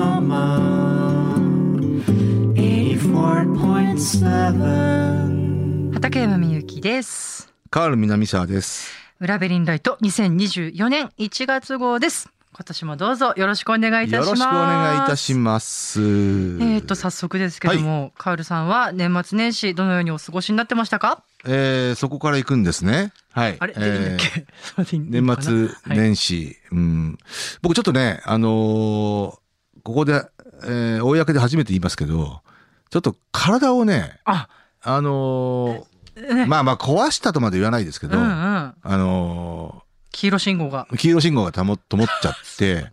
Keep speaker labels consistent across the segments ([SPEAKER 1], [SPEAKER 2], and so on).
[SPEAKER 1] Oklahoma. 84.7.
[SPEAKER 2] 畠山みゆきです
[SPEAKER 3] カール南沢です。
[SPEAKER 2] 裏ベリンライト2024年1月号です今年もどうぞよろしくお願いいた
[SPEAKER 3] よ
[SPEAKER 2] します
[SPEAKER 3] ろしくお願いいたします。え
[SPEAKER 2] えー、と早速ですけども、カールさんは年末年始どのようにお過ごしになってましたか
[SPEAKER 3] えーそこから行くんですね。はい。
[SPEAKER 2] あれ、
[SPEAKER 3] え
[SPEAKER 2] でいいんだっ
[SPEAKER 3] ー
[SPEAKER 2] け それでいいのかな
[SPEAKER 3] 年末
[SPEAKER 2] はい
[SPEAKER 3] 年始、うん。僕ちょっとね、あのーここで、えー公で初めて言いますけど、ちょっと体をね、
[SPEAKER 2] あ
[SPEAKER 3] あのー
[SPEAKER 2] ええ
[SPEAKER 3] まあまあ壊したとまで言わないですけ
[SPEAKER 2] う
[SPEAKER 3] ど、
[SPEAKER 2] ん
[SPEAKER 3] あ
[SPEAKER 2] うん
[SPEAKER 3] の
[SPEAKER 2] 黄色信号が
[SPEAKER 3] ー黄色信号がたも、ともっち ゃって、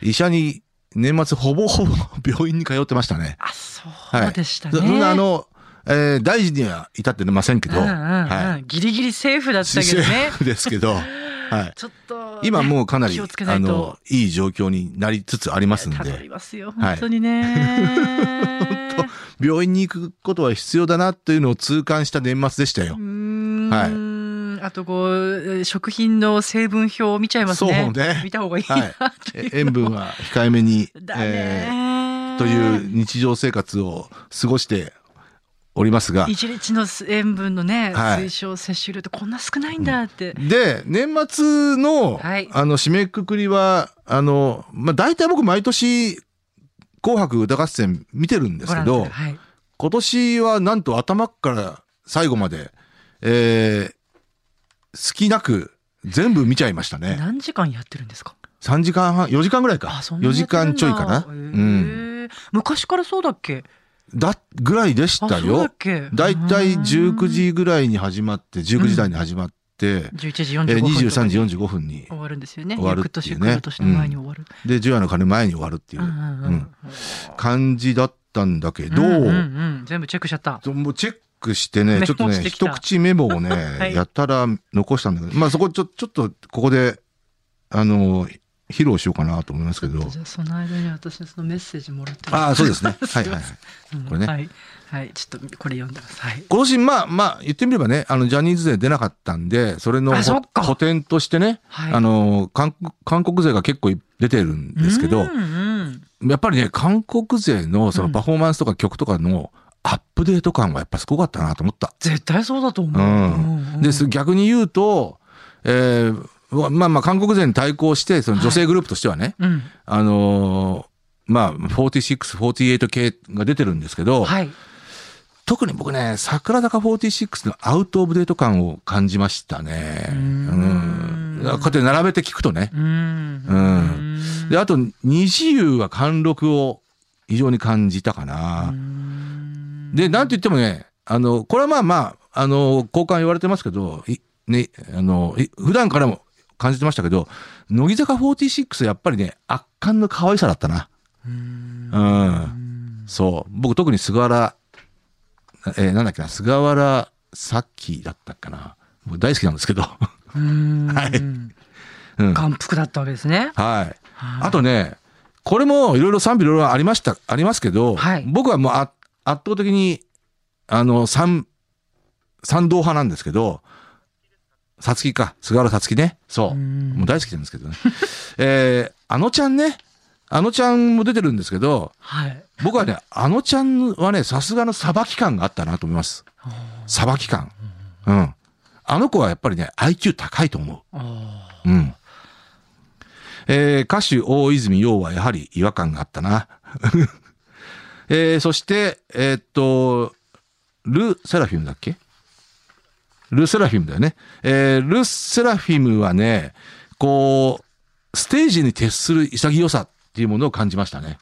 [SPEAKER 3] 医者に年末ほぼほぼ病院に通ってましたね。
[SPEAKER 2] あそうでしたね、
[SPEAKER 3] そそんなあの、えー大事には至ってませんけど、
[SPEAKER 2] うんうんうん
[SPEAKER 3] はい。
[SPEAKER 2] ギリギリセーフだったけど ね
[SPEAKER 3] 政府ですけど、はい。
[SPEAKER 2] ちょっと
[SPEAKER 3] 今もうかなり、
[SPEAKER 2] 気をつけな
[SPEAKER 3] あ
[SPEAKER 2] いと
[SPEAKER 3] の、いい状況になりつつありますん
[SPEAKER 2] たど
[SPEAKER 3] で
[SPEAKER 2] り、ますよ
[SPEAKER 3] はい
[SPEAKER 2] 本当にね、
[SPEAKER 3] 本病院に行くことは必要だなというのを痛感した年末でしたよ
[SPEAKER 2] う。ーんあとこう食品の成分表を見ちゃいますね。
[SPEAKER 3] そうね
[SPEAKER 2] 見た方がいい
[SPEAKER 3] は
[SPEAKER 2] なっ
[SPEAKER 3] い
[SPEAKER 2] て
[SPEAKER 3] え
[SPEAKER 2] いう
[SPEAKER 3] 塩分は控えめに、
[SPEAKER 2] だね
[SPEAKER 3] えーという日常生活を過ごしておりますが、
[SPEAKER 2] 一日の塩分のね、
[SPEAKER 3] はい
[SPEAKER 2] 推奨摂取量ってこんな少ないんだって。
[SPEAKER 3] で、年末の、
[SPEAKER 2] はい
[SPEAKER 3] あの、締めくくりは、あの、まあ、大体僕毎年、紅白歌合戦見てるんで
[SPEAKER 2] ご
[SPEAKER 3] すけ
[SPEAKER 2] 覧く
[SPEAKER 3] ど
[SPEAKER 2] だ、さいはい、
[SPEAKER 3] 今年はなんと頭から最後まで、えー、隙なく全部見ちゃいましたね。
[SPEAKER 2] 何時間やってるんですか。
[SPEAKER 3] 3時間半、4時間ぐらいか。
[SPEAKER 2] あ、そんな
[SPEAKER 3] 4
[SPEAKER 2] にやって
[SPEAKER 3] 時
[SPEAKER 2] るんだ
[SPEAKER 3] 間ちょいかな。
[SPEAKER 2] へ
[SPEAKER 3] う
[SPEAKER 2] ー
[SPEAKER 3] ん。
[SPEAKER 2] 昔からそうだっけ。
[SPEAKER 3] だ、ぐらいでし
[SPEAKER 2] あ
[SPEAKER 3] た
[SPEAKER 2] そうだ
[SPEAKER 3] よ
[SPEAKER 2] っ。け。
[SPEAKER 3] だいたい19
[SPEAKER 2] うーん。
[SPEAKER 3] 時ぐらいに始まって、19時台に始まって、
[SPEAKER 2] 十一時四十
[SPEAKER 3] えー
[SPEAKER 2] 五分。
[SPEAKER 3] 23時45分に
[SPEAKER 2] 終わるんですよね。
[SPEAKER 3] 終わる
[SPEAKER 2] 翌
[SPEAKER 3] ってい
[SPEAKER 2] 年
[SPEAKER 3] う
[SPEAKER 2] 来
[SPEAKER 3] ね
[SPEAKER 2] る年の前に終わる。
[SPEAKER 3] で、除夜の鐘前に終わるっていううん
[SPEAKER 2] うんう
[SPEAKER 3] うんん感じだったんだけど、
[SPEAKER 2] うんうんうん全部チェックしちゃった。
[SPEAKER 3] もうチェックして
[SPEAKER 2] メ
[SPEAKER 3] ね、
[SPEAKER 2] モ
[SPEAKER 3] ちょっとね、
[SPEAKER 2] してきた
[SPEAKER 3] 一口メモ をね、
[SPEAKER 2] い
[SPEAKER 3] やたら残したんだけど、まあそこちょ、ちょっとここで、あの、披露しようかなと思いますけど。
[SPEAKER 2] じゃあその間に私のそのメッセージもらって
[SPEAKER 3] ああ、そうですね。
[SPEAKER 2] す
[SPEAKER 3] はい
[SPEAKER 2] い
[SPEAKER 3] はい
[SPEAKER 2] ませ
[SPEAKER 3] はい。これね
[SPEAKER 2] はい、はい、ちょっとこれ読んでください。
[SPEAKER 3] 今年、まあまあ、言ってみればね、あの、ジャニーズ勢出なかったんで、それの
[SPEAKER 2] あそっか
[SPEAKER 3] 補填としてね、
[SPEAKER 2] はい
[SPEAKER 3] あの、韓国、韓国勢が結構出てるんですけど、
[SPEAKER 2] うんうん
[SPEAKER 3] やっぱりね、韓国勢のそうの
[SPEAKER 2] ん
[SPEAKER 3] パフォーマンスとか曲とかのアップデート感はやっぱすごかったなと思った。
[SPEAKER 2] 絶対そうだと思う。
[SPEAKER 3] うん
[SPEAKER 2] うんうん
[SPEAKER 3] です逆に言うと、えーまあまあ韓国勢に対抗してその女性グループとしてはね、
[SPEAKER 2] うん、
[SPEAKER 3] あのーまあ46、48系が出てるんですけど、
[SPEAKER 2] はい。
[SPEAKER 3] 特に僕ね、桜坂46のアウトオブデート感を感じましたね。
[SPEAKER 2] うーん
[SPEAKER 3] うんこうやって並べて聞くとね。
[SPEAKER 2] うん。
[SPEAKER 3] うんで、あと、二次優は貫禄を非常に感じたかな。
[SPEAKER 2] うん
[SPEAKER 3] で、なんと言ってもね、あの、これはまあまあ、あの、交換言われてますけど、いね、あの、い普段からも感じてましたけど、乃木坂46はやっぱりね、圧巻の可愛さだったな。うん。そう。僕特に菅原、えーなんだっけな、菅原さっきだったかな。僕大好きなんですけど。
[SPEAKER 2] うん
[SPEAKER 3] はいうん。はい。
[SPEAKER 2] 感服だったわけですね。
[SPEAKER 3] あとね、これもいろいろ賛否いろいろありました、ありますけど、
[SPEAKER 2] はい
[SPEAKER 3] 僕はもうあ圧倒的に、あの、賛、賛同派なんですけど、さつきか、菅原さつきね。そう。
[SPEAKER 2] うん
[SPEAKER 3] もう大好きなんですけどね。 えー、あのちゃんね、あのちゃんも出てるんですけど、
[SPEAKER 2] はい。
[SPEAKER 3] 僕はね、あのちゃんはね、さすがの裁き感があったなと思います。裁き感。うん。あの子はやっぱりね、IQ 高いと思う。
[SPEAKER 2] あ
[SPEAKER 3] うん。えー歌手大泉洋はやはり違和感があったな。 えーそして、えーっと、ル・セラフィムだっけル・セラフィムだよね。えール・セラフィムはね、こう、ステージに徹する潔さっていうものを感じましたね。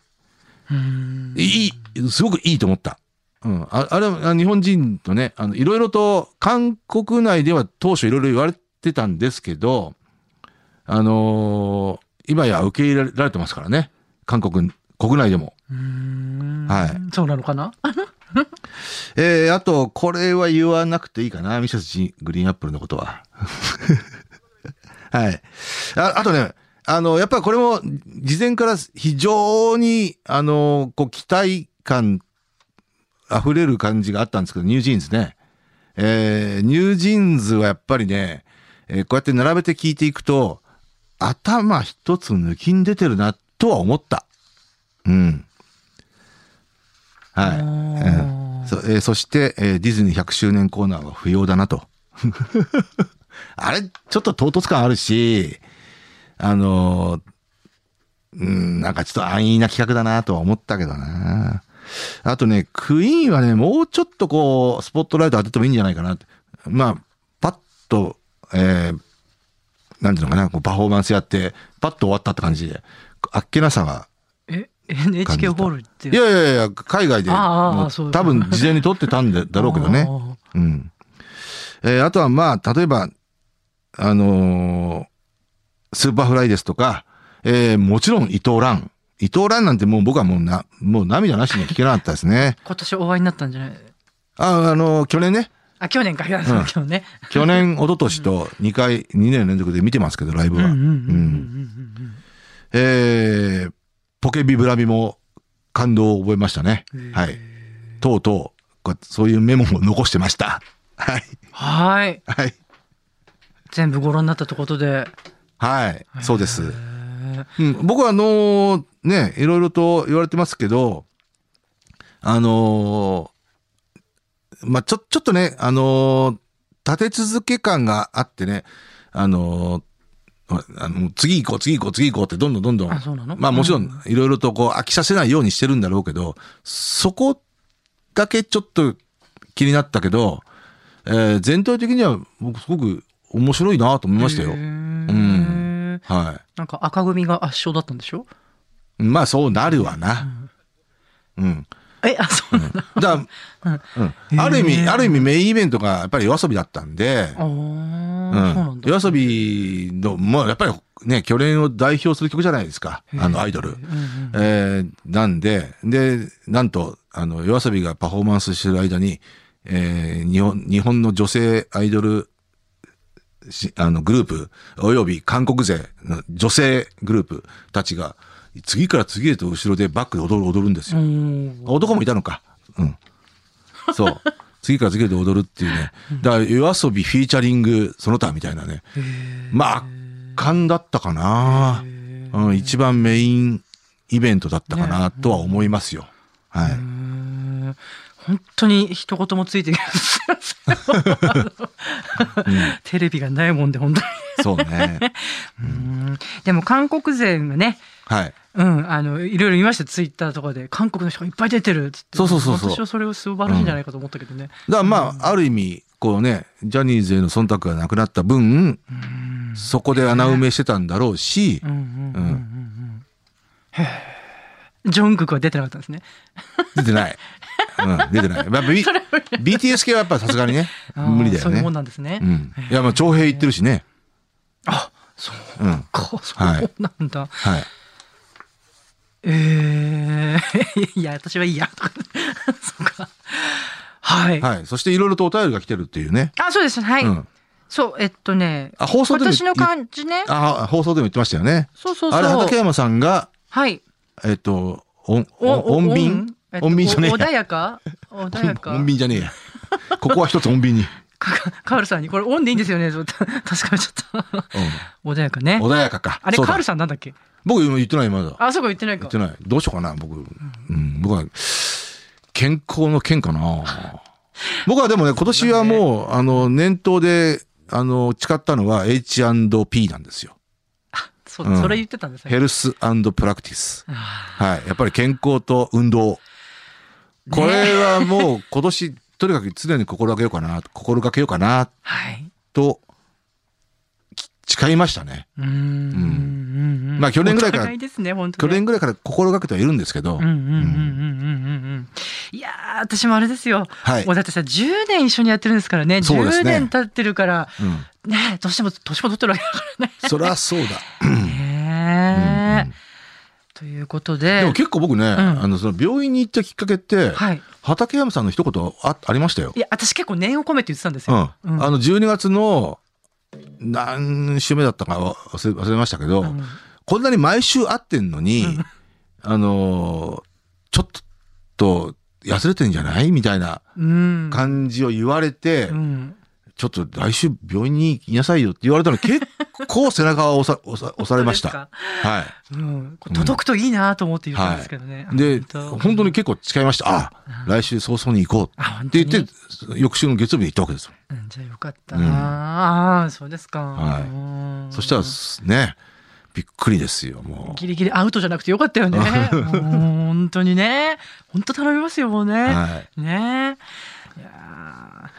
[SPEAKER 2] ーうん
[SPEAKER 3] いい、すごくいいと思った。うん。ああれは、あ日本人とね、あの、いろいろと、韓国内では当初いろいろ言われてたんですけど、あのー今や受け入れられてますからね。韓国、国内でも。
[SPEAKER 2] うん
[SPEAKER 3] はい
[SPEAKER 2] そうなのかな。
[SPEAKER 3] えー、あと、これは言わなくていいかな。ミセスジグリーンアップルのことは。 はい。ああとね、あの、やっぱりこれも、事前から非常に、あの、こう、期待感、溢れる感じがあったんですけど、ニュージーンズね。えー、ニュージーンズはやっぱりね、えーこうやって並べて聞いていくと、頭一つ抜きに出てるな、とは思った。うん。はい。
[SPEAKER 2] は
[SPEAKER 3] そえーそして、えーディズニー100周年コーナーは不要だなと。 あれ、ちょっと唐突感あるし、あのーうん、なんかちょっと安易な企画だなとは思ったけどな。あとね、クイーンはね、もうちょっとこう、スポットライト当ててもいいんじゃないかなって。まあ、パッと、えーなんていうのかな、こうパフォーマンスやって、パッと終わったって感じで、あっけなさが
[SPEAKER 2] え NHK ホールって
[SPEAKER 3] いやいやいや、海外で、
[SPEAKER 2] ああああ
[SPEAKER 3] もう
[SPEAKER 2] そう
[SPEAKER 3] 多分事前に撮ってたんでだろうけどね。うん。えーあとはまあ、例えば、あのースーパーフライですとか、えーもちろん伊藤蘭。伊藤蘭なんてもう僕はもうな、もう涙なしに聞けなかったですね。
[SPEAKER 2] 今年お会いになったんじゃない
[SPEAKER 3] あ、あのー去年ね、
[SPEAKER 2] あ去年か、 今
[SPEAKER 3] ん
[SPEAKER 2] 日ね。
[SPEAKER 3] 去年、一昨年と2回、2年連続で見てますけど、ライブ
[SPEAKER 2] うん
[SPEAKER 3] は。
[SPEAKER 2] うんうんうん
[SPEAKER 3] んえーポケビブラビも感動を覚えましたね
[SPEAKER 2] へー。
[SPEAKER 3] はい。とうとうこう、そういうメモも残してました。 はい。
[SPEAKER 2] はい
[SPEAKER 3] はい。
[SPEAKER 2] 全部ご覧になったってことで
[SPEAKER 3] はい。そうで
[SPEAKER 2] へ
[SPEAKER 3] す。
[SPEAKER 2] ー
[SPEAKER 3] うん、僕はあのーね、いろいろと言われてますけど、あのーまあ、ちょ、ちょっとね、あのー立て続け感があってね、あのーほらあの次行こう、次行こう、次行こうってどんどんどんどん
[SPEAKER 2] あそうなの
[SPEAKER 3] まあもちろ
[SPEAKER 2] うん
[SPEAKER 3] いろいろとこう飽きさせないようにしてるんだろうけど、そこだけちょっと気になったけど、えー全体的には僕すごく面白いなと思いましたよ。
[SPEAKER 2] へー
[SPEAKER 3] んは
[SPEAKER 2] なんか赤組が圧勝だったんでしょ
[SPEAKER 3] い。まあそうなるわな。うん。
[SPEAKER 2] えあそうなんだ、
[SPEAKER 3] だうん、ある意味、ある意味メインイベントがやっぱり夜遊びだったんで、
[SPEAKER 2] ああ、そ
[SPEAKER 3] う
[SPEAKER 2] うなん
[SPEAKER 3] ん、
[SPEAKER 2] だ
[SPEAKER 3] 夜遊びの、まあ、やっぱりね、去年を代表する曲じゃないですか、あのアイドル。えーなんで、で、なんと、あの、夜遊びがパフォーマンスしてる間に、えー日本、日本の女性アイドル、しあの、グループ、および韓国勢の女性グループたちが、次から次へと後ろでバックで踊る、踊るんですよ
[SPEAKER 2] う。ん
[SPEAKER 3] 男もいたのか。うん。そう。次から次へと踊るっていうね。だから夜遊びフィーチャリングその他みたいなね。まあ圧巻だったかな。うん、一番メインイベントだったかなとは思いますよ。はい。
[SPEAKER 2] うん本当に一言もつい てきますテレビがないもんで本当に
[SPEAKER 3] そうね。
[SPEAKER 2] うんでも韓国勢がね
[SPEAKER 3] はい。
[SPEAKER 2] うん、あのいろいろ見ましたツイッターとかで韓国の人がいっぱい出てるっつって
[SPEAKER 3] そうそうそうそう
[SPEAKER 2] 私はそれを素晴らしいんじゃないかと思ったけどね、
[SPEAKER 3] だからまあ、ある意味、こうね、ジャニーズへの忖度がなくなった分、そこで穴埋めしてたんだろうし
[SPEAKER 2] う、ん、うんうんうんうんへえジョングクは出てなかったんですね
[SPEAKER 3] 出てない。うん、出てない。やっぱ B- BTS 系はやっぱさすがにね、
[SPEAKER 2] あー
[SPEAKER 3] 無理だよ
[SPEAKER 2] そ
[SPEAKER 3] ね。
[SPEAKER 2] ういうもんなんですね、
[SPEAKER 3] うん。いや、まあ、徴兵行ってるしね。
[SPEAKER 2] あそう
[SPEAKER 3] うん。は
[SPEAKER 2] かそうなんだ、
[SPEAKER 3] い。
[SPEAKER 2] えー、い や私はいいやとかそうかはい、
[SPEAKER 3] はい。そして、いろいろとお便りが来てるっていうね。
[SPEAKER 2] あそうですはい、
[SPEAKER 3] うん。
[SPEAKER 2] そうえっとね
[SPEAKER 3] あ、放送でも言っ
[SPEAKER 2] 私の感じね
[SPEAKER 3] あ、放送でも言ってましたよね。
[SPEAKER 2] そうそうそう
[SPEAKER 3] あれ、畠山さんが、
[SPEAKER 2] はい
[SPEAKER 3] えっと、音、
[SPEAKER 2] おお
[SPEAKER 3] 音便
[SPEAKER 2] えっと
[SPEAKER 3] 音便じゃね
[SPEAKER 2] お
[SPEAKER 3] え
[SPEAKER 2] 穏
[SPEAKER 3] や。
[SPEAKER 2] や か穏やか
[SPEAKER 3] 音便じゃねえや。ここは一つ音便に。
[SPEAKER 2] かカールさんにこれオンでいいんですよねちょっと 確かにちょっと穏やかね
[SPEAKER 3] うん。穏やかか。
[SPEAKER 2] あれ
[SPEAKER 3] そうだ
[SPEAKER 2] カールさんなんだっけ
[SPEAKER 3] 僕今言ってない、まだ。
[SPEAKER 2] あそこ言ってない
[SPEAKER 3] 言
[SPEAKER 2] か
[SPEAKER 3] ってない。どうしようかな、僕。うん、僕は、健康の健かな。僕はでもね、今年はもう、あの、年頭で、あの、誓ったのは H&P なんですよ。
[SPEAKER 2] そう
[SPEAKER 3] うん
[SPEAKER 2] それ言ってたんです
[SPEAKER 3] ヘ
[SPEAKER 2] ね
[SPEAKER 3] ルスプラクティス。
[SPEAKER 2] あ
[SPEAKER 3] はい。やっぱり健康と運動。これはもう今年、とにかく常に心がけようかな、心がけようかな、
[SPEAKER 2] はい
[SPEAKER 3] と、き誓いましたね。
[SPEAKER 2] うーんうんうん
[SPEAKER 3] まあ去年ぐらいから
[SPEAKER 2] お互ですね本当
[SPEAKER 3] 去
[SPEAKER 2] ね
[SPEAKER 3] 年ぐらいから心がけてはいるんですけど
[SPEAKER 2] うん、うんうんうんうんうんうんいやー私もあれですよ、
[SPEAKER 3] はい
[SPEAKER 2] もうだってさ10年一緒にやってるんですからね
[SPEAKER 3] そうです
[SPEAKER 2] 10
[SPEAKER 3] ね
[SPEAKER 2] 年経ってるから
[SPEAKER 3] うん。
[SPEAKER 2] ねどうしても年も取ってるわけだからね
[SPEAKER 3] そりゃそうだ。
[SPEAKER 2] ねえ、ということで
[SPEAKER 3] でも結構僕ね、あの、その病院に行ったきっかけって、
[SPEAKER 2] はい
[SPEAKER 3] 畠山さんの一言あありましたよ
[SPEAKER 2] い。や私結構念を込めて言ってたんです
[SPEAKER 3] うん。
[SPEAKER 2] よ
[SPEAKER 3] あ、の、12月の、何週目だったかわ忘れ忘れましたけど、
[SPEAKER 2] うん
[SPEAKER 3] こんなに毎週会ってんのに、あのーちょっと、痩せれてんじゃないみたいな
[SPEAKER 2] うん
[SPEAKER 3] 感じを言われて、
[SPEAKER 2] うん
[SPEAKER 3] ちょっと来週病院に行きなさいよって言われたの結構背中 を押さ押さ押されまし
[SPEAKER 2] 本
[SPEAKER 3] た。は
[SPEAKER 2] うん、届くといいなと思って言ったんですけどね。
[SPEAKER 3] い。で、
[SPEAKER 2] あ
[SPEAKER 3] 本当に結構誓いました。ああ、来週早々に行こう
[SPEAKER 2] あ本
[SPEAKER 3] っ
[SPEAKER 2] 当
[SPEAKER 3] て
[SPEAKER 2] に
[SPEAKER 3] 言って、翌週の月曜日に行ったわけですよ。
[SPEAKER 2] うんじゃあよかった
[SPEAKER 3] うん
[SPEAKER 2] な、ああそうですか、
[SPEAKER 3] はい
[SPEAKER 2] うん
[SPEAKER 3] そしたらすね、びっくりですよ、も
[SPEAKER 2] ギリギリアウトじゃなくてよかった よねうん本当にね本当頼みますよもうね、
[SPEAKER 3] う。は
[SPEAKER 2] ねえいや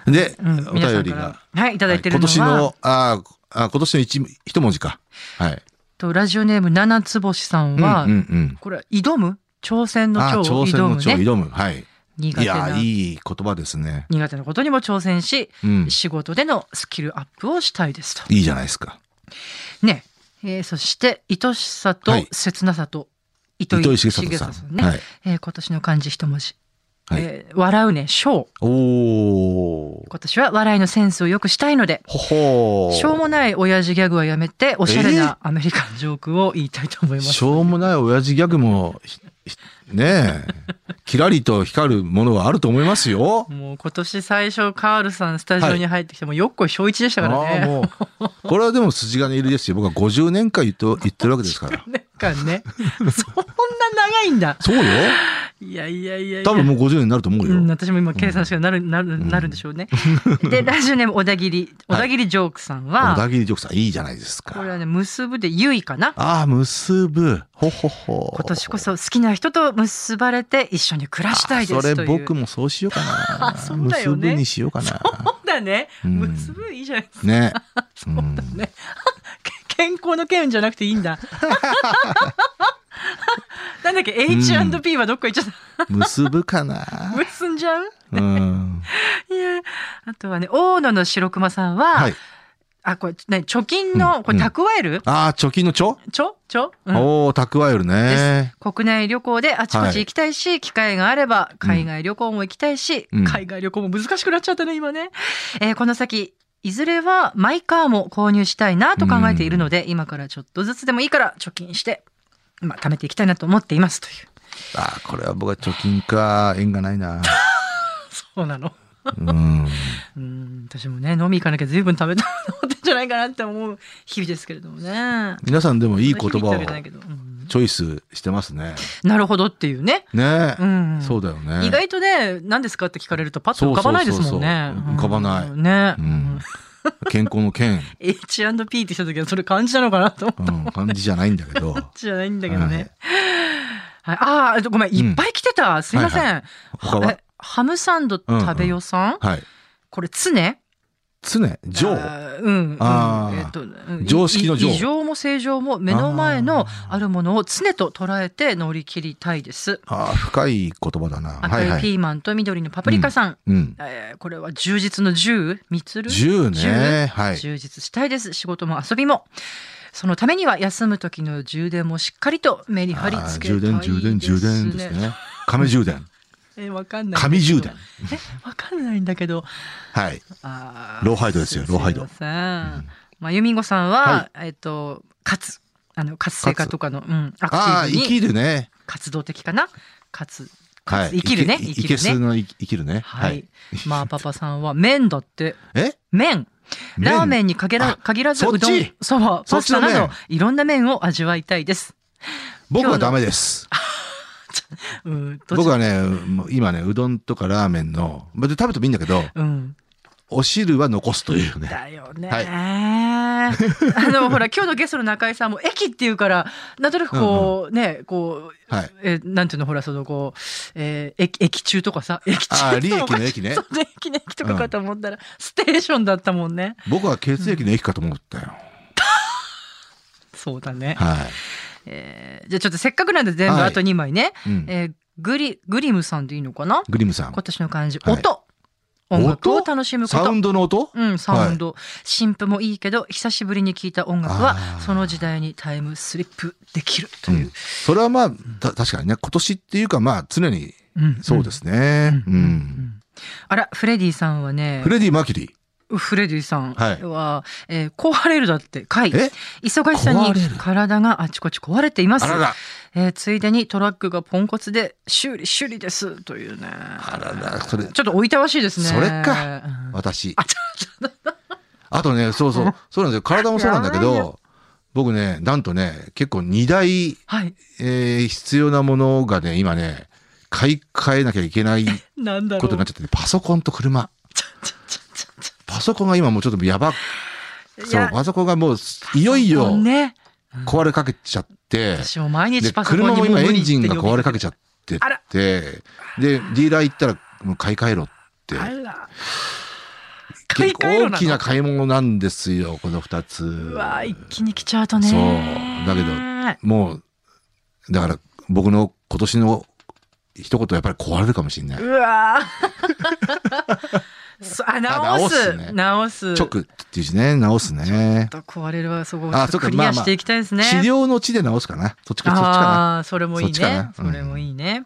[SPEAKER 3] い。で、
[SPEAKER 2] ー、
[SPEAKER 3] お
[SPEAKER 2] 皆さ
[SPEAKER 3] 便
[SPEAKER 2] ん
[SPEAKER 3] り
[SPEAKER 2] か
[SPEAKER 3] が。
[SPEAKER 2] らはいいただいてるの
[SPEAKER 3] はい今
[SPEAKER 2] は、
[SPEAKER 3] 年の、あーあー、今年の一一文字か。はい。
[SPEAKER 2] とラジオネーム七つ星さんは、
[SPEAKER 3] うんうんうん。
[SPEAKER 2] これは挑む挑戦の
[SPEAKER 3] あ
[SPEAKER 2] 挑
[SPEAKER 3] あ、
[SPEAKER 2] を
[SPEAKER 3] 挑戦
[SPEAKER 2] 挑
[SPEAKER 3] の
[SPEAKER 2] む
[SPEAKER 3] 挑、
[SPEAKER 2] ね
[SPEAKER 3] 挑む。はい。
[SPEAKER 2] 苦
[SPEAKER 3] い
[SPEAKER 2] 手
[SPEAKER 3] や
[SPEAKER 2] な
[SPEAKER 3] ー、いい言葉ですね。
[SPEAKER 2] 苦手なことにも挑戦し、
[SPEAKER 3] うん。
[SPEAKER 2] 仕事でのスキルアップをしたいですと
[SPEAKER 3] いいじゃないですか。
[SPEAKER 2] ね、えーそして愛しさと
[SPEAKER 3] はい
[SPEAKER 2] 切なさと糸
[SPEAKER 3] 糸井
[SPEAKER 2] 井
[SPEAKER 3] 重
[SPEAKER 2] 重
[SPEAKER 3] 里
[SPEAKER 2] 里
[SPEAKER 3] さ
[SPEAKER 2] さ
[SPEAKER 3] ん。
[SPEAKER 2] んね、
[SPEAKER 3] はい。
[SPEAKER 2] えー今年の漢字一文字、
[SPEAKER 3] はい
[SPEAKER 2] えー笑うね笑
[SPEAKER 3] おお。
[SPEAKER 2] 今年は笑いのセンスを良くしたいので
[SPEAKER 3] ほほー
[SPEAKER 2] しょうもない親父ギャグはやめておしゃれなアメリカンジョークを言いたいと思います、
[SPEAKER 3] しょうもない親父ギャグも、ひひね え、キラリと光るものはあると思いますよ。
[SPEAKER 2] もう今年最初カールさんスタジオに入ってきてもよっこい小一でしたから
[SPEAKER 3] ああ
[SPEAKER 2] ね。
[SPEAKER 3] もう、これはでも筋金入りですよ。僕は50年間言って言ってるわけですから。
[SPEAKER 2] なんかね、そんな長いんだ。
[SPEAKER 3] そうよ。
[SPEAKER 2] いやいやいやいや。
[SPEAKER 3] 多分もう50年になると思う
[SPEAKER 2] うん、
[SPEAKER 3] よ。
[SPEAKER 2] 私も今計算しかなる、なる、なるんでしょう ね。で、ラジオネーム小田切、小田切ジョークさんは、
[SPEAKER 3] 小田切ジョークさん、いいじゃないです
[SPEAKER 2] これ
[SPEAKER 3] か。
[SPEAKER 2] はね、結ぶでゆいかな。
[SPEAKER 3] ああ、結ぶ。ほほほ。
[SPEAKER 2] 今年こそ好きな人と結ばれて一緒に暮らしたいですという。
[SPEAKER 3] あそれ僕もそうしようかな。
[SPEAKER 2] あ そうだよね
[SPEAKER 3] 結ぶにしようかな。
[SPEAKER 2] そうだね。
[SPEAKER 3] うん
[SPEAKER 2] 結ぶいいじゃないですか。
[SPEAKER 3] ね。
[SPEAKER 2] そうだね。け健康の件じゃなくていいん だ。なんだっけ、H&P はどっか行っちゃっ
[SPEAKER 3] 結ぶか
[SPEAKER 2] た。
[SPEAKER 3] な。
[SPEAKER 2] 結んじ ゃう
[SPEAKER 3] うん。
[SPEAKER 2] いや。あとはね、大野の白熊さんは、
[SPEAKER 3] はい。
[SPEAKER 2] あ、これ、ね、貯金の、これ、蓄える、
[SPEAKER 3] ああ、貯金の貯、
[SPEAKER 2] ちょちょ、うん
[SPEAKER 3] おお、蓄えるね。
[SPEAKER 2] 国内旅行であちこち行きたいし、機会があれば海外旅行も行きたいし、
[SPEAKER 3] うん
[SPEAKER 2] 海外旅行も難しくなっちゃったね今ね、えーこの先いずれはマイカーも購入したいなと考えているので、今からちょっとずつでもいいから貯金して、まあ、貯めていきたいなと思っていますという
[SPEAKER 3] ああ、これは僕は貯金か、縁がないな。
[SPEAKER 2] そうなの
[SPEAKER 3] うん。
[SPEAKER 2] うん私もね飲み行かなきゃ随分食べたと思ってんじゃないかなって思う日々ですけれどもね
[SPEAKER 3] 皆さんでもいい言
[SPEAKER 2] そんな日々ってわけ
[SPEAKER 3] 葉
[SPEAKER 2] じゃないけ
[SPEAKER 3] を
[SPEAKER 2] どうん
[SPEAKER 3] チョイスしてますね。
[SPEAKER 2] なるほどっていうね、
[SPEAKER 3] ね
[SPEAKER 2] う。ん、
[SPEAKER 3] そうだよね。
[SPEAKER 2] 意外とね何ですかって聞かれるとパッと浮かばないですもんね
[SPEAKER 3] そうそうそうそう浮かばない
[SPEAKER 2] うんね、
[SPEAKER 3] うん。健康の健、
[SPEAKER 2] H&P って来た時はそれ感じなのかなと思っ
[SPEAKER 3] うん、感じじゃないんだけど。
[SPEAKER 2] たじゃないんだけどね、はいああーごめんいっぱい来てた、すいません、
[SPEAKER 3] はい他は
[SPEAKER 2] えハムサンド食べよさん、
[SPEAKER 3] はい。
[SPEAKER 2] これ常ね
[SPEAKER 3] 常、常。あ
[SPEAKER 2] うん、
[SPEAKER 3] あー
[SPEAKER 2] うんえっとうん
[SPEAKER 3] 常識の常
[SPEAKER 2] い異常も正常も目の前のあるものを常と捉えて乗り切りたいです
[SPEAKER 3] あ、深い言葉だな。は
[SPEAKER 2] 赤
[SPEAKER 3] いはい
[SPEAKER 2] ピ
[SPEAKER 3] い。
[SPEAKER 2] ーマンと緑のパプリカさん、
[SPEAKER 3] うん。
[SPEAKER 2] えーこれは充実の10みつる
[SPEAKER 3] 十ね。はい。
[SPEAKER 2] 充実したいです仕事も遊びもそのためには休む時の充電もしっかりと目に
[SPEAKER 3] あ
[SPEAKER 2] 張り
[SPEAKER 3] ー
[SPEAKER 2] 付けたい
[SPEAKER 3] 充
[SPEAKER 2] ですね
[SPEAKER 3] 電、充電、充電ですね。亀充電。
[SPEAKER 2] えわかんない
[SPEAKER 3] 紙充電。
[SPEAKER 2] えわかんないんだけど
[SPEAKER 3] はい。
[SPEAKER 2] あ
[SPEAKER 3] ローハイドですよローハイド
[SPEAKER 2] すいません、まあ由美子さんは、えっと活あの活性化とかのうんア
[SPEAKER 3] ああ、
[SPEAKER 2] クティブ
[SPEAKER 3] 生
[SPEAKER 2] に
[SPEAKER 3] きるね。
[SPEAKER 2] 活動的かな活
[SPEAKER 3] は
[SPEAKER 2] 活生きるね
[SPEAKER 3] い
[SPEAKER 2] 生き
[SPEAKER 3] けい
[SPEAKER 2] るね
[SPEAKER 3] けすのい生きるね。
[SPEAKER 2] は、
[SPEAKER 3] はいい。
[SPEAKER 2] まあパパさんは麺だって
[SPEAKER 3] え
[SPEAKER 2] 麺
[SPEAKER 3] 麺
[SPEAKER 2] ラーメンに限ら
[SPEAKER 3] あ
[SPEAKER 2] 限らず
[SPEAKER 3] そっち
[SPEAKER 2] うどんそば
[SPEAKER 3] そ
[SPEAKER 2] パ
[SPEAKER 3] っち
[SPEAKER 2] ス
[SPEAKER 3] の
[SPEAKER 2] タ
[SPEAKER 3] 麺
[SPEAKER 2] などいろんな麺を味わいたいです
[SPEAKER 3] 僕はダメです。
[SPEAKER 2] うん、どっち
[SPEAKER 3] 僕はね、もう今ね、うどんとかラーメンの、別に食べてもいいんだけど、
[SPEAKER 2] うん、
[SPEAKER 3] お汁は残すというね。
[SPEAKER 2] だよね、
[SPEAKER 3] は
[SPEAKER 2] あのほら今日のゲストの中井さんも駅っていうからなんとなくこう、ねこう、
[SPEAKER 3] はい
[SPEAKER 2] えなんていうのほらそのこう、えー駅駅中とかさ駅中
[SPEAKER 3] あー利益の
[SPEAKER 2] とか
[SPEAKER 3] 駅 ね
[SPEAKER 2] そうね駅の駅とかかと思ったら、ステーションだったもんね
[SPEAKER 3] 僕は血液の液かと思ったよ。
[SPEAKER 2] そうだね、
[SPEAKER 3] は
[SPEAKER 2] えーじゃあちょっとせっかくなんで全部
[SPEAKER 3] はい
[SPEAKER 2] あと2枚ね、
[SPEAKER 3] い。うん。
[SPEAKER 2] えーグリグリムさんでいいのかな
[SPEAKER 3] グリムさん
[SPEAKER 2] 今。年の漢字、
[SPEAKER 3] はい
[SPEAKER 2] 音音楽を楽しむこ
[SPEAKER 3] サ
[SPEAKER 2] と
[SPEAKER 3] ウンドの音
[SPEAKER 2] うん、サウンド、新譜もいいけど久しぶりに聴いた音楽
[SPEAKER 3] あ
[SPEAKER 2] は
[SPEAKER 3] ー
[SPEAKER 2] その時代にタイムスリップできると
[SPEAKER 3] う
[SPEAKER 2] い
[SPEAKER 3] ん
[SPEAKER 2] う、。
[SPEAKER 3] それはまあ、た確かにね、今年っていうかまあ、常に
[SPEAKER 2] うん
[SPEAKER 3] そうですね。う。
[SPEAKER 2] うんうんあらフレディさんはね
[SPEAKER 3] フレディ・マーキュリー。
[SPEAKER 2] フレディさん
[SPEAKER 3] はい
[SPEAKER 2] は「えー壊れる」だって「回
[SPEAKER 3] え
[SPEAKER 2] 忙しさ
[SPEAKER 3] 壊
[SPEAKER 2] に
[SPEAKER 3] れる
[SPEAKER 2] 体があちこち壊れています
[SPEAKER 3] あらら。
[SPEAKER 2] えーついでにトラックがポンコツで修理修理ですというね
[SPEAKER 3] あらら、それ、
[SPEAKER 2] ちょっとおいたわしいですね
[SPEAKER 3] それ
[SPEAKER 2] か
[SPEAKER 3] 私。
[SPEAKER 2] あちょちょ
[SPEAKER 3] あとね、そうそう、そうなんですよ。体もそうなんだけ
[SPEAKER 2] やばい
[SPEAKER 3] ど、僕ね、なんとね、結構2台、
[SPEAKER 2] はい
[SPEAKER 3] えー必要なものがね、今ね、買い替えなきゃいけない
[SPEAKER 2] なんだろう
[SPEAKER 3] ことになっちゃってて、パソコンと車。
[SPEAKER 2] ちょちょちょちょち
[SPEAKER 3] パソコンが今もうちょっとやばく、
[SPEAKER 2] ょ
[SPEAKER 3] そう、
[SPEAKER 2] や
[SPEAKER 3] パソコンがもう、いよいよ
[SPEAKER 2] ね
[SPEAKER 3] 壊れかけちゃって、
[SPEAKER 2] 私も毎日
[SPEAKER 3] で、
[SPEAKER 2] パソコン
[SPEAKER 3] 車
[SPEAKER 2] に
[SPEAKER 3] も
[SPEAKER 2] う
[SPEAKER 3] 今
[SPEAKER 2] 無
[SPEAKER 3] エ
[SPEAKER 2] 理
[SPEAKER 3] ンジンが壊れかけ
[SPEAKER 2] ち
[SPEAKER 3] ちゃって
[SPEAKER 2] あら
[SPEAKER 3] て、で、ディーラー行ったら、もう買い替えろって。
[SPEAKER 2] あら買い
[SPEAKER 3] 結
[SPEAKER 2] 替え
[SPEAKER 3] 構
[SPEAKER 2] ろ
[SPEAKER 3] 大
[SPEAKER 2] の
[SPEAKER 3] きな買い物なんですよ、この2つ。
[SPEAKER 2] うわ一気に来ちゃうとね。
[SPEAKER 3] そうだけどもう、だから僕の今年の一言はやっぱり壊れるかもしれないう
[SPEAKER 2] わー そうあ直す
[SPEAKER 3] あ直すね
[SPEAKER 2] 直す
[SPEAKER 3] 直っていう字ね、直すね。
[SPEAKER 2] ちょっと壊れるはそこ
[SPEAKER 3] あ
[SPEAKER 2] を
[SPEAKER 3] そっか
[SPEAKER 2] クリ
[SPEAKER 3] まあ
[SPEAKER 2] ア
[SPEAKER 3] まあ
[SPEAKER 2] していきたいですね。
[SPEAKER 3] 治療の地で直すかな。そっちか、そっちか
[SPEAKER 2] ああーそれもいい
[SPEAKER 3] そっちか
[SPEAKER 2] ね
[SPEAKER 3] な。
[SPEAKER 2] そ
[SPEAKER 3] うん
[SPEAKER 2] れもいいね。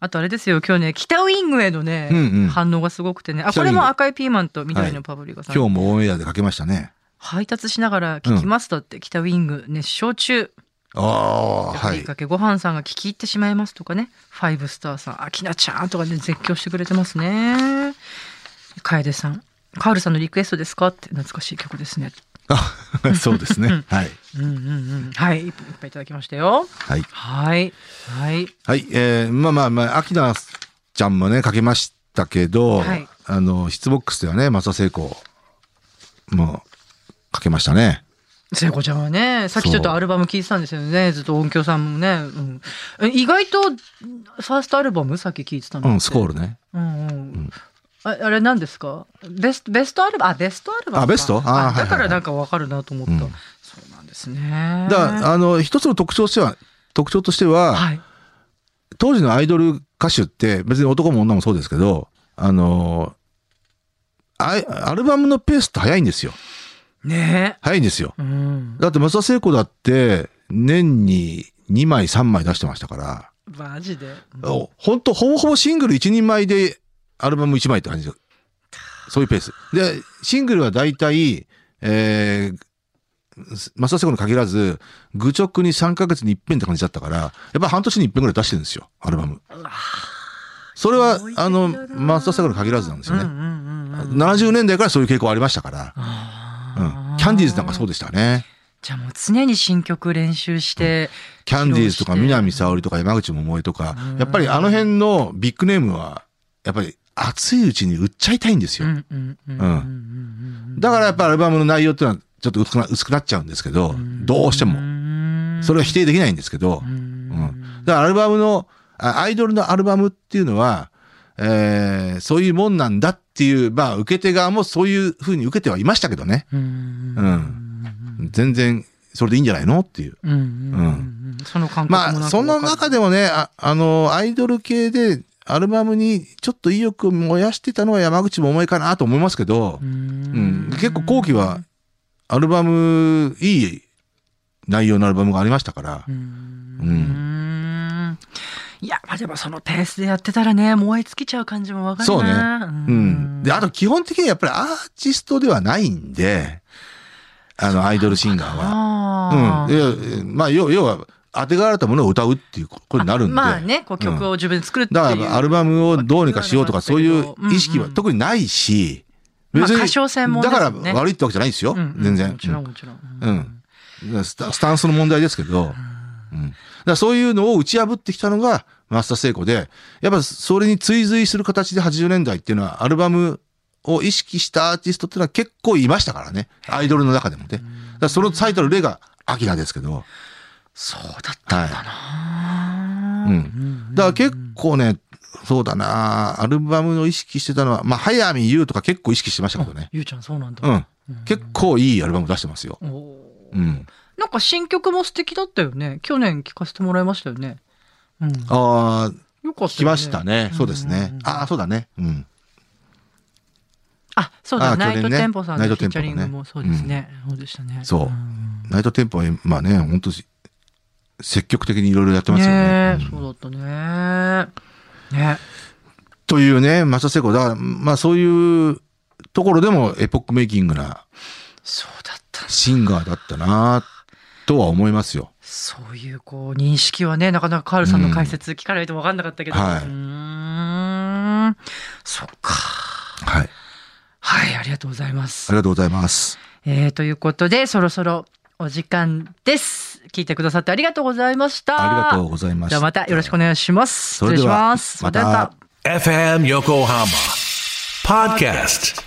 [SPEAKER 2] あとあれですよ今日ね北ウイングへのね、
[SPEAKER 3] うんうん
[SPEAKER 2] 反応がすごくてねあ
[SPEAKER 3] 北
[SPEAKER 2] こ
[SPEAKER 3] ウイ
[SPEAKER 2] れ
[SPEAKER 3] ング
[SPEAKER 2] も赤いピーマンと緑のパプリカさん、
[SPEAKER 3] な。今日もオンエアでかけましたね。
[SPEAKER 2] 配達しながら聞きますだって、北ウイング熱唱中
[SPEAKER 3] ああ、
[SPEAKER 2] ふ
[SPEAKER 3] は
[SPEAKER 2] り
[SPEAKER 3] い。
[SPEAKER 2] かけご飯さんが聞き入ってしまいますとかねファイブスターさんあきなちゃんとかね絶叫してくれてますね楓さんカールさんのリクエストですかって懐かしい曲ですね
[SPEAKER 3] あ そうですね。はい。
[SPEAKER 2] うんうんうんはいいっぱいいただきましたよ
[SPEAKER 3] はい。
[SPEAKER 2] はいはい
[SPEAKER 3] はい。えーまあまあまあ、秋菜ちゃんもね、かけましたけど、
[SPEAKER 2] はい
[SPEAKER 3] あの、質ボックスではね、松田聖子もかけましたね。
[SPEAKER 2] 聖子ちゃんはねさっきちょっとアルバム聴いてたんですよねずっと音響さんもね、うん、え意外とファーストアルバムさっき聴いてたの
[SPEAKER 3] うん、スコー
[SPEAKER 2] ル、
[SPEAKER 3] ルね。
[SPEAKER 2] うんうんああれ何ですかベストベストアルバムあベストアルバムか
[SPEAKER 3] あベストあーはいはいは
[SPEAKER 2] だ
[SPEAKER 3] い
[SPEAKER 2] からなんかわかるなと思った、
[SPEAKER 3] うん
[SPEAKER 2] そうなんですね
[SPEAKER 3] だから、あの、一つの特徴としては、特徴としては、
[SPEAKER 2] はい
[SPEAKER 3] 当時のアイドル歌手って別に男も女もそうですけどあのアイアルバムのペースって早いんですよ
[SPEAKER 2] ね
[SPEAKER 3] 早いんですよ
[SPEAKER 2] えうん
[SPEAKER 3] だって松田聖子だって年に2枚3枚出してましたから、
[SPEAKER 2] マジで
[SPEAKER 3] おほんとほぼほぼシングル1人枚でアルバム1枚って感じですそういうペースでシングルは大体えー松田聖子に限らず、愚直に3ヶ月に一遍って感じだったから、やっぱ半年に一遍ぐらい出してるんですよ、アルバム。
[SPEAKER 2] うわ
[SPEAKER 3] それは
[SPEAKER 2] すごい、ですよ
[SPEAKER 3] あの、
[SPEAKER 2] ね
[SPEAKER 3] 松田聖子に限らずなんです
[SPEAKER 2] うん
[SPEAKER 3] よ
[SPEAKER 2] うん
[SPEAKER 3] ね。
[SPEAKER 2] うんうん
[SPEAKER 3] 70年代からそういう傾向ありましたから。
[SPEAKER 2] あ
[SPEAKER 3] うん。キャンディーズなんかそう
[SPEAKER 2] で
[SPEAKER 3] でしたね。
[SPEAKER 2] じゃあもう常に新曲練習して、
[SPEAKER 3] キャンディーズとか
[SPEAKER 2] 披露して
[SPEAKER 3] 南沙織とか山口百恵とか
[SPEAKER 2] うん、
[SPEAKER 3] やっぱりあの辺のビッグネームは、やっぱり熱いうちに売っちゃいたいんです
[SPEAKER 2] う
[SPEAKER 3] よ。
[SPEAKER 2] んうんうんうんうんうん
[SPEAKER 3] だからやっぱアルバムの内容っていうのはちょっと薄くな薄くなっちゃうんですけど、どうしても。
[SPEAKER 2] も
[SPEAKER 3] それは否
[SPEAKER 2] 定。
[SPEAKER 3] 定できないんですけど
[SPEAKER 2] う、
[SPEAKER 3] うんん。だからアルバムの、あアイドルのアルバムっていうのは、えーそういうもんなんだっていう、まあ、受け手側もそういうふうに受けてはいましたけどね。
[SPEAKER 2] うん
[SPEAKER 3] う。全然それでいいんじゃないのっていう。
[SPEAKER 2] うんうんうんうんその感覚もな
[SPEAKER 3] ま
[SPEAKER 2] ん
[SPEAKER 3] あ
[SPEAKER 2] か
[SPEAKER 3] その中で
[SPEAKER 2] わか
[SPEAKER 3] もねああのアイドル系でアルバムにちょっと意欲を燃やしてたのは山口百恵かなと思いますけど
[SPEAKER 2] る、う、
[SPEAKER 3] うん
[SPEAKER 2] ん、
[SPEAKER 3] 結構後期はアルバムいい内容のアルバムがありましたから
[SPEAKER 2] う、んいやまあでもそのペースでやってたらね燃え尽きちゃう感じもわかるな
[SPEAKER 3] そうね
[SPEAKER 2] う
[SPEAKER 3] うん、であ
[SPEAKER 2] と
[SPEAKER 3] と基本的にはやっぱりアーティストではないんであのアイドルシンガーは。
[SPEAKER 2] あ
[SPEAKER 3] うん、
[SPEAKER 2] ー
[SPEAKER 3] いやまあ要要は当てがわれたものを歌うっていうことになるんで。
[SPEAKER 2] まあねこう
[SPEAKER 3] うん
[SPEAKER 2] 曲を自分で作るっていう、
[SPEAKER 3] だからアルバムをどうにかしようとかそういう意識
[SPEAKER 2] う
[SPEAKER 3] は
[SPEAKER 2] んうん
[SPEAKER 3] 特にないし、
[SPEAKER 2] まあ歌唱性もです
[SPEAKER 3] だ
[SPEAKER 2] ね
[SPEAKER 3] から悪いってわけじゃないですよ、
[SPEAKER 2] うんうん
[SPEAKER 3] 全然
[SPEAKER 2] もちろんもちろん、
[SPEAKER 3] うんうんスタ。スタンスの問題ですけど、うんだからそういうのを打ち破ってきたのが松田聖子で、やっぱそれに追随する形で80年代っていうのはアルバムを意識したアーティストっていうのは結構いましたからね、アイドルの中でもね。だからその最たる例がアキラですけど、
[SPEAKER 2] そうだっ
[SPEAKER 3] はい。
[SPEAKER 2] たなあ、
[SPEAKER 3] うん
[SPEAKER 2] ん
[SPEAKER 3] だから結構ね、そうだなアルバムを意識してたのは、まあ、早見優とか結構意識してましたけどね。
[SPEAKER 2] ゆうちゃんそうなんだ、
[SPEAKER 3] うん。結構いいアルバム出してますよ。
[SPEAKER 2] おー
[SPEAKER 3] うん。
[SPEAKER 2] なんか新曲も素敵だったよね去年聴かせてもらいましたよね、うん、
[SPEAKER 3] ああ、
[SPEAKER 2] よかったよね
[SPEAKER 3] 来ましたね。そうです
[SPEAKER 2] ん
[SPEAKER 3] ね
[SPEAKER 2] んん。
[SPEAKER 3] ああ、そうだね。うん。
[SPEAKER 2] あそうだ、
[SPEAKER 3] あ去
[SPEAKER 2] ナイ
[SPEAKER 3] 年
[SPEAKER 2] ト
[SPEAKER 3] ね
[SPEAKER 2] テンポさんのフ
[SPEAKER 3] ナ
[SPEAKER 2] ィ
[SPEAKER 3] イトテ
[SPEAKER 2] ー
[SPEAKER 3] ン
[SPEAKER 2] チ
[SPEAKER 3] ポ
[SPEAKER 2] ャ
[SPEAKER 3] の
[SPEAKER 2] リ
[SPEAKER 3] ね
[SPEAKER 2] ングもそうですね、そうでしたね
[SPEAKER 3] そうんナイトテンポは、まあね、本当積極的にいろいろやってますよね
[SPEAKER 2] ねえ。
[SPEAKER 3] うん
[SPEAKER 2] そうだったねね
[SPEAKER 3] というね、松田聖子。だから、まあそういうところでもエポックメイキングな
[SPEAKER 2] そうだった
[SPEAKER 3] シンガーだったなとは思いますよ。
[SPEAKER 2] そういうこう認識はねなかなかカールさんの解説聞かないと分かんなかったけど、う
[SPEAKER 3] うん
[SPEAKER 2] ー
[SPEAKER 3] はい
[SPEAKER 2] ん、そっか
[SPEAKER 3] はい。あ
[SPEAKER 2] はいありがとうございます
[SPEAKER 3] り。がとうございます。
[SPEAKER 2] えーということでそろそろお時間です。聞いてくださってありがとうございました。
[SPEAKER 3] ありがとうございまし
[SPEAKER 2] じゃあ
[SPEAKER 3] た。
[SPEAKER 2] またよろしくお願いします。
[SPEAKER 3] そ
[SPEAKER 2] 失礼
[SPEAKER 3] れで
[SPEAKER 2] し
[SPEAKER 3] は
[SPEAKER 2] ます。
[SPEAKER 3] また
[SPEAKER 1] FM Yokohama Podcast.